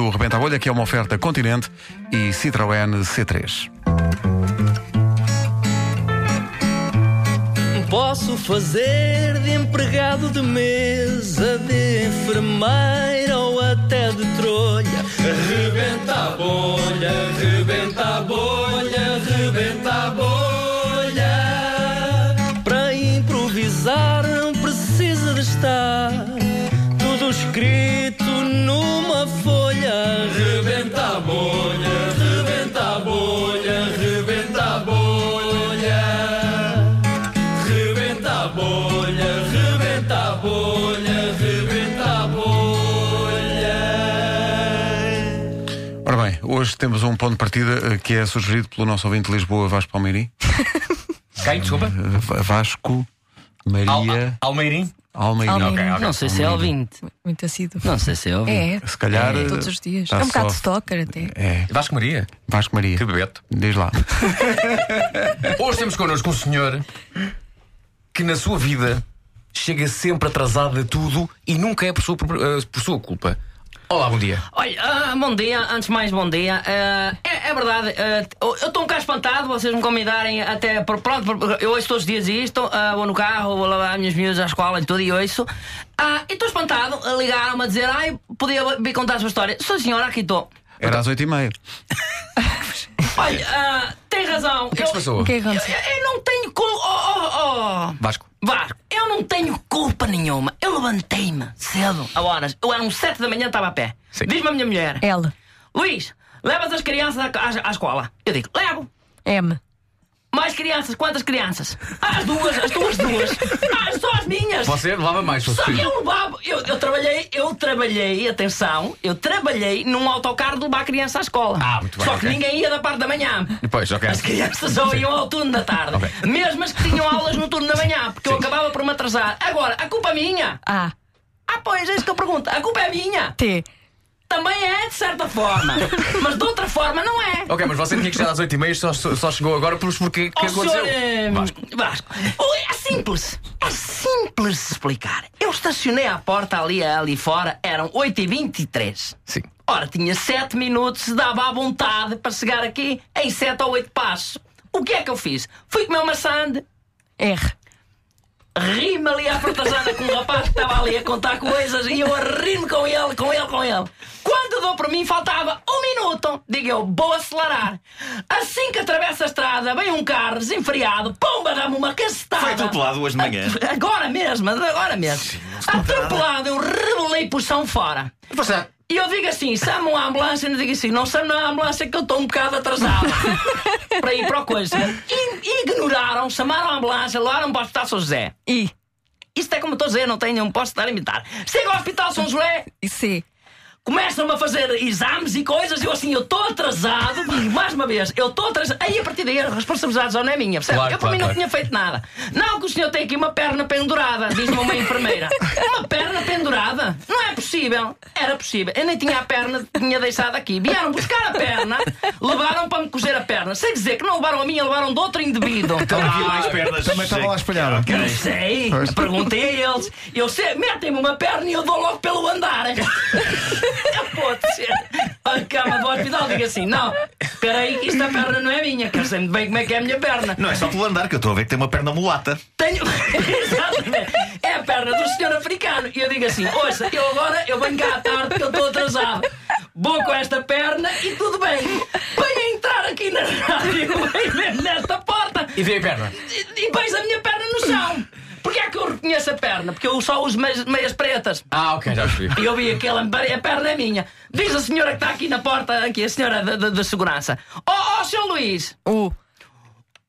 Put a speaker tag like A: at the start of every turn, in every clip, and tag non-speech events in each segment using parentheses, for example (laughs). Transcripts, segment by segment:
A: Rebenta a Bolha, que é uma oferta Continente e Citroën C3.
B: Posso fazer de empregado de mesa, de enfermeira ou até de trolha. Rebenta a bolha, rebenta a bolha, rebenta a bolha. Para improvisar não precisa de estar tudo escrito numa folha. Rebenta a bolha, rebenta a bolha, rebenta a bolha. Rebenta a bolha, rebenta a bolha, rebenta a bolha.
A: Ora bem, hoje temos um ponto de partida eh, que é sugerido pelo nosso ouvinte de Lisboa, Vasco Palmeiri.
C: Quem? Desculpa?
A: Eh, Va- Vasco
C: Al
A: Maria
C: Almeirim?
A: Almeida.
D: Almeida.
C: Ok, ok.
B: Não sei se é ouvinte.
D: Muito assíduo.
B: Não sei se é ouvinte.
D: É,
A: Se calhar. eh,
D: todos os dias.
A: tá
D: é um bocado
A: só-
D: stalker até.
A: É,
C: Vasco Maria?
A: Vasco Maria.
C: Que bebeto.
A: Diz lá.
C: Hoje temos connosco um senhor que na sua vida chega sempre atrasado a tudo e nunca é por sua, por, eh, por sua culpa. Olá, bom dia.
E: Olha, ah, bom dia, antes de mais bom dia. Ah, é, é verdade, ah, eu- eu estou um bocado espantado, vocês me convidarem até. por- Pronto, por- eu ouço todos os dias isto, ah, vou no carro, vou levar as minhas miúdas à escola e tudo e ouço. Ah, e estou espantado, ah, ligaram-me a dizer, ai, podia vir contar a sua história. Sou senhora, aqui estou.
A: Era às 8h30.
E: Olha, ah, tem razão.
C: O que é que se passou?
D: O que é que
E: eu,
D: aconteceu?
E: eu- eu não tenho culpa. Oh, oh, oh.
C: Vasco.
E: Vasco, eu não tenho culpa nenhuma. Eu levantei-me cedo, a horas. Eu era um sete da manhã, estava a pé.
C: Sim. É.
E: Diz-me a minha mulher.
D: L.
E: Luís, levas as crianças à, à- à escola. Eu digo, levo.
D: M.
E: Mais crianças, quantas crianças? Ah, As duas, as tuas
C: (laughs)
E: duas. Ah, só as minhas.
C: Você lava mais, seu
E: Só que
C: filho.
E: eu levava. Eu, eu trabalhei, eu trabalhei, atenção, eu trabalhei num autocarro de levar a criança à escola.
C: Ah, muito bem,
E: Só que
C: ok.
E: ninguém ia da parte da manhã.
C: Pois, ok.
E: As crianças só iam ao turno da tarde.
C: Ok.
E: Mesmo as que tinham aulas no turno da manhã, porque eu acabava por me atrasar. Agora, a culpa é minha.
D: A.
E: Ah, pois, é isso que eu pergunto. A culpa é minha.
D: T.
E: Também é, de certa
C: (laughs)
E: forma. Mas de outra forma, não é.
C: Ok, mas você tinha que chegar às 8h30 só, só chegou agora por porque que
E: Oh,
C: aconteceu.
E: senhor, eh,
C: Vasco.
E: Vasco. Oh, é simples. É simples de explicar. Eu estacionei à porta ali, ali fora, eram 8h23.
C: Sim.
E: Ora, tinha 7 minutos, dava à vontade para chegar aqui em 7 ou 8 passos. O que é que eu fiz? Fui comer uma sand,
D: R.
E: ri-me ali à portazana com um rapaz que estava ali a contar coisas e eu a rir-me com ele, com ele, com ele. Quando dou por mim, faltava um minuto. Digo eu, vou acelerar. Assim que atravessa a estrada, vem um carro desenfreado, pomba, dá-me uma cacetada.
F: Foi atropelado hoje de manhã.
E: Agora mesmo, agora mesmo. Atropelado, eu rebolei por chão fora.
C: Você-
E: E eu digo assim, chama uma ambulância, e eu digo assim, não chama a ambulância que eu estou um bocado
F: (laughs)
E: atrasado para ir para a coisa. E ignoraram, chamaram a ambulância, levaram para o hospital São José.
D: I.
E: Isto é como eu estou a dizer, não tenho, não posso estar a imitar. Chego ao Hospital São José,
D: E C.
E: começam-me a fazer exames e coisas, e eu assim, eu estou atrasado, digo mais uma vez, eu estou atrasado. Aí a partir daí a responsabilidade já não é minha, percebe?
C: Claro,
E: eu por
C: claro,
E: mim
C: claro.
E: não tinha feito nada. Não, que o senhor tem aqui uma perna pendurada, diz-me uma enfermeira. uma perna pendurada? Não é possível. Era possível. Eu nem tinha a perna, tinha deixado aqui. Vieram buscar a perna, levaram para me cozer a perna. Sem dizer que não levaram a minha, levaram de outro indivíduo. Ah,
F: Havia mais pernas.
A: Também estava lá espalhada.
F: Ok.
E: Não sei,
A: Pois.
E: perguntei a eles. Eu sei, metem-me uma perna e eu dou logo pelo andar. (laughs) Eu Pode ser. A cama do hospital diga assim: não, espera aí, que esta perna não é minha, que eu sei muito bem como é que é a minha perna.
F: Não é só pelo andar, que eu estou a ver que tem uma perna mulata.
E: Tenho. (laughs) Exatamente. É a perna do senhor africano. E eu digo assim: ouça, eu agora eu venho cá à tarde que eu estou atrasado. Vou com esta perna e tudo bem. Venho entrar aqui na (laughs) rádio, venho mesmo nesta porta.
C: E vê a perna.
E: E- e pões a minha perna no chão. Porquê é que eu reconheço a perna? Porque eu só uso meias, meias pretas.
C: Ah, ok, já percebi.
E: E eu vi aquela, a perna é minha. Diz a senhora que está aqui na porta, aqui, a senhora da- da da segurança. Oh, oh, senhor Luís,
D: U.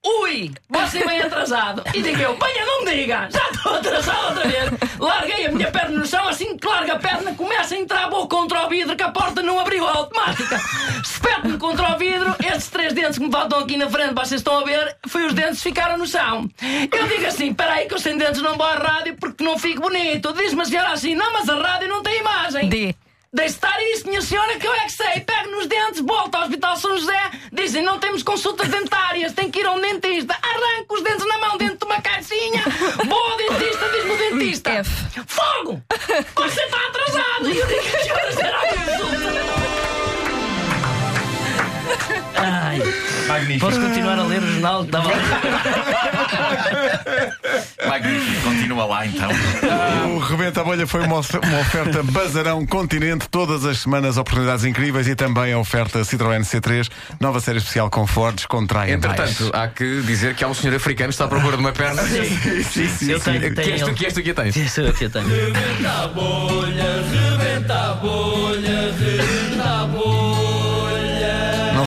E: ui, você vem atrasado. E digo eu, venha, não me diga, já estou atrasado outra vez. Larguei a minha perna no chão, assim que larga a perna, começa a entrar a boca contra o vidro, que a porta não abriu a automática. Espeto-me contra o vidro, estes três dentes que me faltam aqui na frente, vocês estão a ver, foi os dentes que ficaram no chão. Eu digo assim, peraí que eu sem dentes não vou à rádio porque não fico bonito. Diz-me a senhora assim, não, mas a rádio não tem imagem.
D: D.
E: Deixe estar isso, minha senhora, que eu é que sei. Pego nos dentes, volta ao Hospital São José. Dizem, não temos consultas dentárias, tem que ir a um dentista. Arranco os dentes na mão dentro de uma caixinha. Vou ao dentista, diz-me o dentista.
D: F.
E: Fogo! Você está atrasado! E eu digo, senhora, será que eu sou?"
G: bem.
F: Magnífico.
G: Posso continuar a ler o jornal? da Val-
F: Magnífico. Continua lá então.
A: O Rebenta a Bolha foi uma, of- uma oferta Bazarão Continente, todas as semanas oportunidades incríveis e também a oferta Citroën C3, nova série especial com Ford, contrai
C: Entretanto, há que dizer que há um senhor africano que está à procura de uma perna.
G: Eu tenho,
C: Que
G: tenho.
C: esta
G: ele.
C: que é? esta aqui a tens.
G: Sou eu que eu tenho.
H: Rebenta a bolha, rebenta a bolha, rebenta a bolha.